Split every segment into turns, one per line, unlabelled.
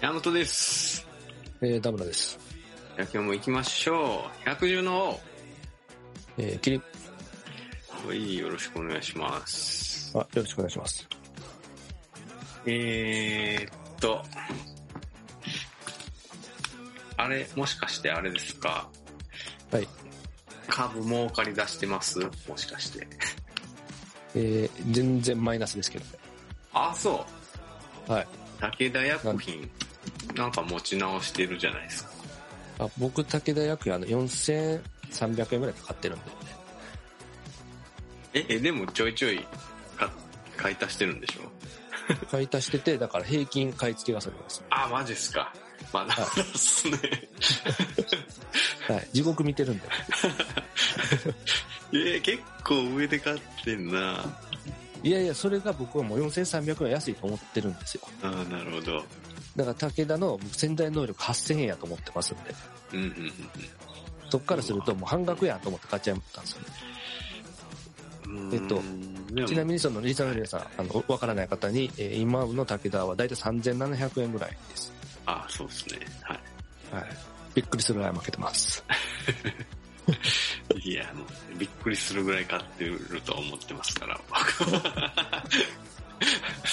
山本です。
えー、田村です。
じゃあ今日も行きましょう。百獣の
えー、キリン、
王。はい、よろしくお願いします。
あ、よろしくお願いします。
えーっと。あれ、もしかしてあれですか
はい。
株儲かり出してますもしかして。
えー、全然マイナスですけどね。
あ、そ
はい。
う。武田薬品。なんか持ち直してるじゃないですか。
あ、僕、武田薬品、あの、4300円ぐらいかかってるんで。
え、えでもちょいちょいか買い足してるんでしょ
買い足してて、だから平均買い付けがそれなんです。
あ、マジっすか。まだ、
は
ですね。
はい。地獄見てるんで。
えー結構上で買ってんな。
いやいや、それが僕はもう4300円安いと思ってるんですよ。
ああ、なるほど。
だから武田の僕潜在能力8000円やと思ってますんで。
うんうんうん
そっからするともう半額やと思って買っちゃったんですよね。
うん。
えっと
うーん、でも
ちなみにそのリーザーの皆さん、あの、わからない方に、えー今の武田はだいたい3700円ぐらいです。
あそうですね。は
はい。びっくりするぐらい負けて ます。
い。いや、もう、びっくりするぐらい買ってると思ってますから。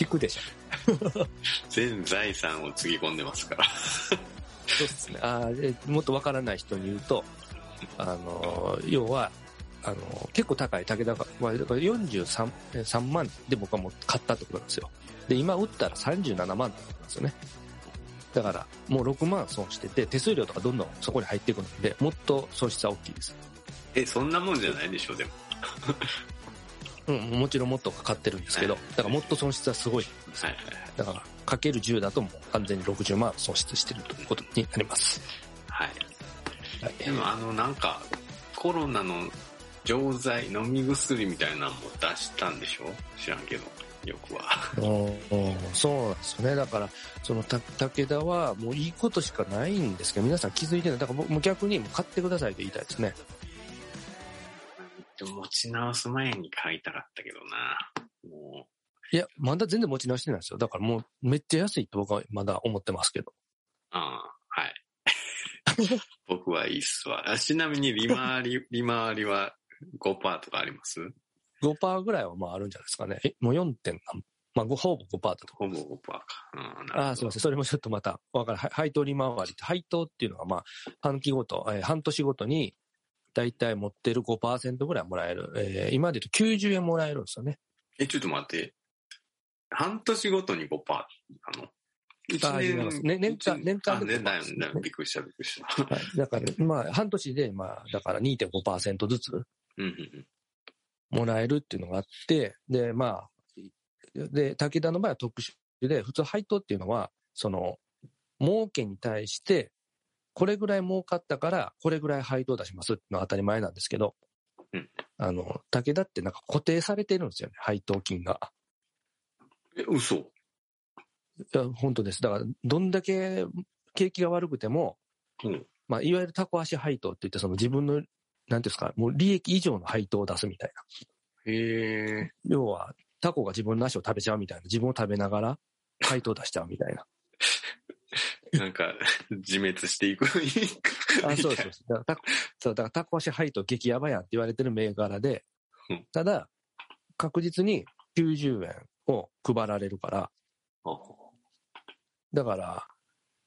引くでしょ。
全財産をつぎ込んでますから。
そうですね。あーでもっとわからない人に言うと、あのー、要は、あのー、結構高い武田が、まあ、だから43えー3万で僕はもう買ったってことなんですよ。で、今売ったら37万ってことなんですよね。だから、もう6万損してて、手数料とかどんどんそこに入っていくので、もっと損失は大きいです。
え、そんなもんじゃないでしょ、でも。
うん、もちろんもっとかかってるんですけど、だからもっと損失はすごい。
はいはい
だから、かける10だともう完全に60万損失してるということになります。
はい。
はい。
でも、あの、なんか、コロナの錠剤、飲み薬みたいなのも出したんでしょ知らんけど、よくは。
おーそうなんですよね。だから、その、た、武田は、もういいことしかないんですけど、皆さん気づいてない。だから僕もう逆に、もう買ってくださいと言いたいですね。
でも持ち直す前に買いたかったけどな。も
いや、まだ全然持ち直してないんですよ。だからもう、めっちゃ安いと僕はまだ思ってますけど。
う、ああ、はい。 僕はいいっすわ。あちなみに利回り、 利回りは5%とかあります
5%ぐらいはまああるんじゃないですかね。え、もう 4. 点何まあ、ごほぼ5%だと。
ほぼ5%か。うん、なるほど
ああ、すいません。それもちょっとまた、わからない。配当利回りって、配当っていうのは、まあ、半期ごと、えー半年ごとに、だいたい持ってる5%ぐらいもらえる。えー今で言うと90円もらえるんですよね。
え、ちょっと待って。半年ごとに5%なの
ああ違いますね年間
一
年間
あ、
で
年間だよねびっくりした、びっくりした。
はい、だから、まあ、半年で、まあ、だから2.5%ずつ
うんうん
もらえるっていうのがあって、で、まあ、で、武田の場合は特殊で、普通配当っていうのは、その、儲けに対して、これぐらい儲かったから、これぐらい配当出しますっていうのは当たり前なんですけど、
うん
あの、武田ってなんか固定されてるんですよね、配当金が。
うん。え、嘘
いや本当です。だから、どんだけ景気が悪くても、
うん
まあ、いわゆるタコ足配当って言って、その自分の、なんていうんですか、もう利益以上の配当を出すみたいな。
へえ。
要は、タコが自分の足を食べちゃうみたいな。自分を食べながら、配当出しちゃう みたいな。
なんか、 自滅していく。
あそうですそうです。だからタコ、そう、だからタコ足配当激ヤバやんって言われてる銘柄で
うん、
ただ、確実に90円を配られるから、だから、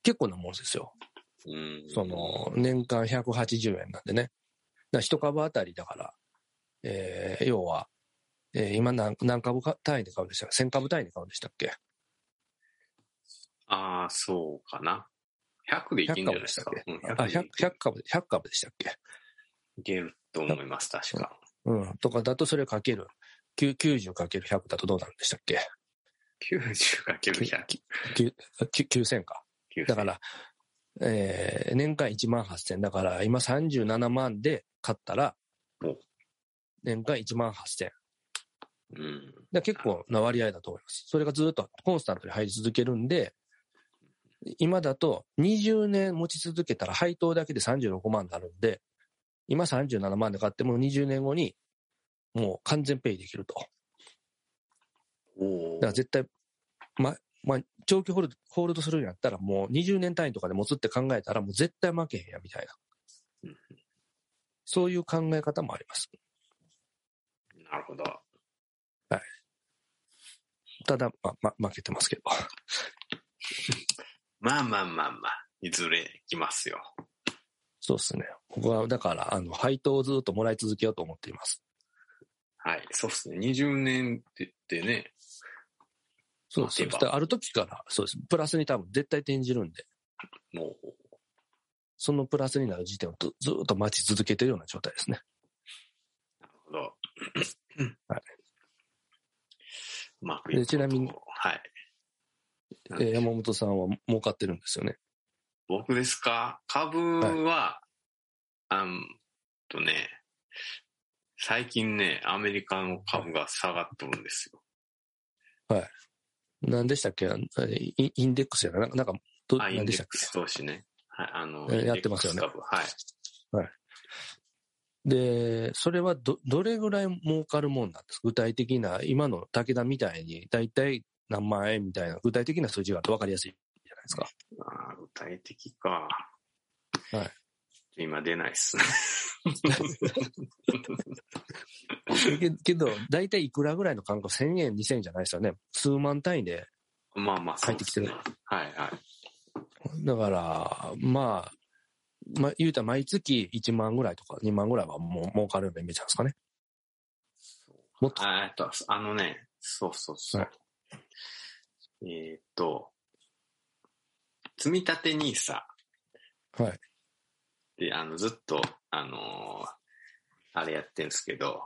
結構なもんですよ。
うん
そ、の、年間180円なんでね。だから一株あたりだから、えー、要は、えー、今何何株か単位で買うんでしたっけ ?1000 株単位で買うんでしたっけ
ああ、そうかな。100でいけんじ
?100
ゃないで
株でし
す
たっ
か。
け
うん
あ
100で
100, 100株、100株でしたっけ
いけると思います、確か。
うん。とかだとそれかける、9 90かける100だとどうなるんでしたっけ
90×100。
きき9000か。だから、えー、年間1万8000。だから、今37万で買ったら
お、
年間1万8000。
うん。
で結構な割合だと思います。それがずっとコンスタントに入り続けるんで、今だと20年持ち続けたら配当だけで36万になるんで、今37万で買っても20年後にもう完全ペイできると。
お
だから
ー
絶対、ま、まあ、長期ホールドホールドするんやったら、もう20年単位とかで持つって考えたら、もう絶対負けへんや、みたいな
うん。
そういう考え方もあります。
なるほど。
ただ、まあ、ま、負けてますけど。
まあまあまあまあ、いずれ来ますよ。
そうですね。僕は、だから、あの、配当をずっともらい続けようと思っています。
はい。そうっすね。20年って言ってね。
そうです
待てば
だからある時から、そうです。プラスに多分絶対転じるんで、
もう、
そのプラスになる時点をずずっと待ち続けてるような状態ですね。
なるほど。
はいう
まくいくことを
でちなみに
はい。
えー山本さんは儲かってるんですよね。
僕ですか株は、あんとね、最近ね、アメリカの株が下がっとるんですよ。
何でしたっけあのインインデックスやな。なんかなんか、ど
あ、イ
何
ン
で
デ
した
ッ
っ
クス投資ね。はい、あの、
えやってますよね
インデックス株はい。
けで、それはど、どれぐらい儲かるもんなんですか具体的な、今の武田みたいに、だいたい何万円みたいな、具体的な数字があると分かりやすいじゃないですか。
あー具体的か。
は
今出ないっ すね。
け けど、大体いくらぐらいの感覚、1000円、2000円じゃないですよね。数万単位で。
まあまあ、そうですね
帰っ
はいはい。
だから、まあ、まあ、言うたら毎月1万ぐらいとか2万ぐらいはもう儲かるようなイメージなんですかね。もっと。
あえっと、あのね、そうそうそう。
は
えーっと、積み立て NISA
はい。
で、あの、ずっと、あのーあれやってるんですけど、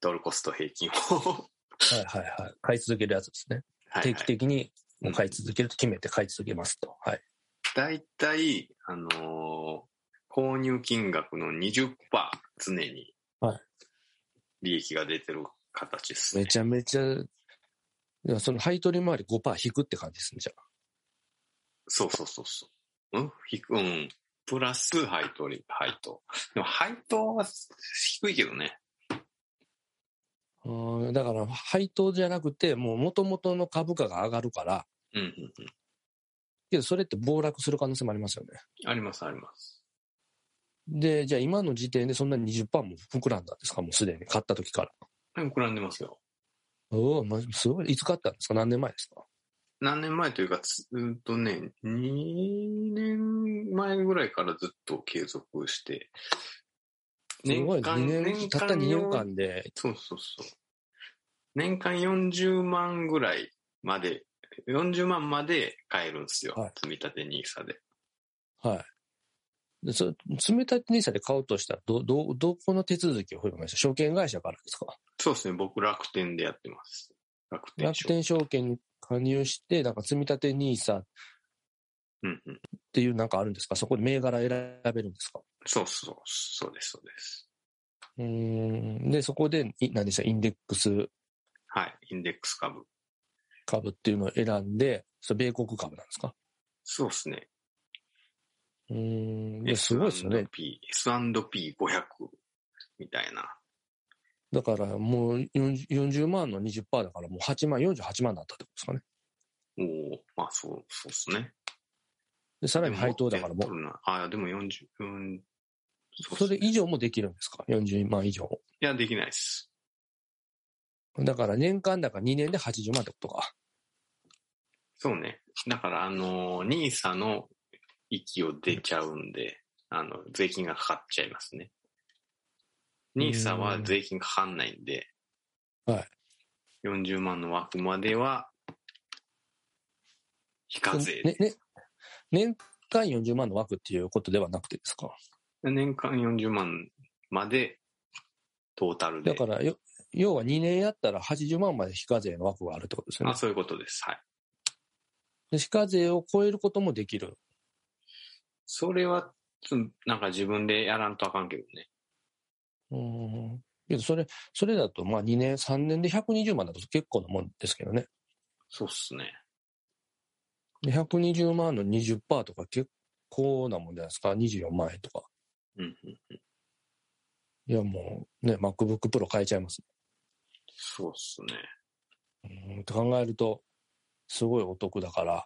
ドルコスト平均を、
はいはいはい。買い続けるやつですね。
はい
定期的にもう買い続けると決めて買い続けますと。はい。
だいたい、あのー購入金額の20%常に
はい、
利益が出てる形ですね。
めちゃめちゃ、いやその配当利回り5%引くって感じですね、じゃ
そうそうそうそう。うん低くうん。プラス配当り、配当。でも配当は低いけどね。
あ。うん、だから配当じゃなくて、もう元々の株価が上がるから、
うんうんうん。
けどそれって暴落する可能性もありますよね。
ありますあります。
で、じゃあ今の時点でそんなに20%も膨らんだんですかもうすでに買った時から。
でも膨らんでますよ。
おお、ま、すごい。いつ買ったんですか何年前ですか
何年前というか、ずーっとね、2年前ぐらいからずっと継続して、
すご
年
い。
間
2
年
年、
間
たった2
よん
年間で、
そうそうそう。年間40万ぐらいまで、40万まで買えるんですよ。
はい
積み立て NISA で。
はい。でそ積み立て NISA で買おうとしたら、ど、ど、どこの手続きを踏みました証券会社からですか
そうですね、僕楽天でやってます。楽天
楽
証
天証券に加入して、なんか積み立て NISA っ
うんうん。
ていうなんかあるんですかそこで銘柄選べるんですか
そうそう、そうです、そうです。
うーん。で、そこで、い何でしたインデックス
はい、インデックス株。
株っていうのを選んで、それ米国株なんですか
そうですね。
うーん。いや、すごいですよね。
S&P S&P500 みたいな。
だからもう40 40万の20%だからもう8万、48万だったってことですかね。
おおまあそう、そうですね。
で、さらに配当だからもう、
う。ああ、でも40、うん、そうっす
それ以上もできるんですか ?40 万以上。
いや、できないです。
だから年間だから2年で80万ってことか。
そうね。だから、あのー、ニーサの域を出ちゃうんで、あの、税金がかかっちゃいますね。ニーサは税金かかんないんで、
はい。
40万の枠までは、非課税で
ね、ね、年間40万の枠っていうことではなくてですか。
年間40万まで、トータルで。
だからよ、要は2年やったら80万まで非課税の枠があるってことですよ
あ、
ね。
そういうことです。はい。
で非課税を超えることもできる。
それは、つなんか自分でやらんとあかんけどね。
うーん。けどそれ、それだとまあ2年、3年で120万だと結構なもんですけどね。
そうっすね。
で120万の20%とか結構なもんじゃないですか。24万円とか。
うんうん。
いや、もうね、MacBook Pro 買えちゃいます。
そうっすね。
うんって考えると、すごいお得だから。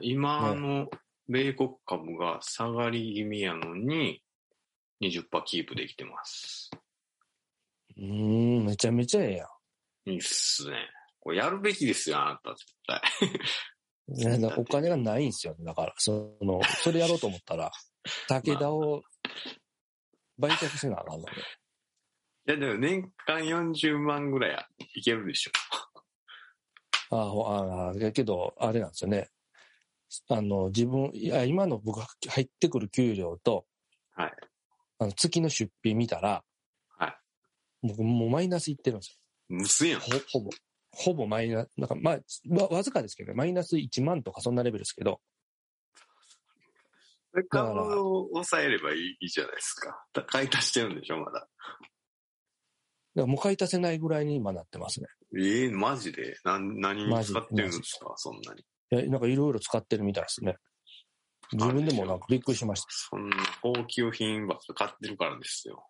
今の米国株が下がり気味やのに、20%キープできてます。
うーん、めちゃめちゃええやん
いいっすね。これやるべきですよ、あなた絶対。
いや。だからお金がないんですよね。だから、その、それやろうと思ったら、武田を売却せなあかんのね。
いや、でも年間40万ぐらいいけるでしょ。
あほあ、だけど、あれなんですよね。あの、自分、いや今の僕が入ってくる給料と、
はい
あの月の出費見たら、
はい
僕もうマイナスいってるんです
むずいやん
よ。。ほほぼ。ほぼマイナス、なんか、まあ、わわずかですけどね、マイナス1万とかそんなレベルですけど、から
株を抑えればいいいいじゃないですか。だ買い足してるんでしょ、まだ。
だからもう買い足せないぐらいに今なってますね。
ええマジでなん何
マ
に
ジ
使ってるんですかそんなに。
いやなんかいろいろ使ってるみたいですね。自分でもなんかびっくりしまし
そんな高級品ばっか買ってるからですよ。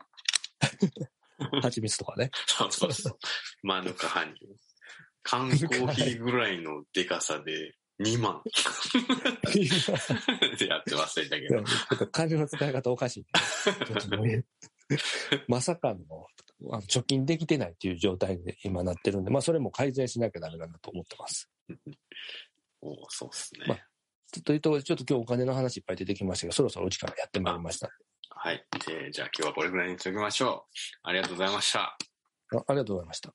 た。蜂蜜と かね。
そうそうそう。マヌカハニー。缶コーヒーぐらいのデカさで2万
いやち
でやって忘れたけ
ょ
ど。
っと金の使い方おかしい。 ちょっともうまさかのあの貯金できてないっていう状態に今なってるんで、まあそれも改善しなきゃダメだなと思ってます。
おうそうっすね。
まあちょっとというところで、ちょっと今日お金の話いっぱい出てきましたけど、そろそろお時間がやってまいりました。
はい、えーじゃあ今日はこれぐらいにしときましょう。ありがとうございました。
あありがとうございました。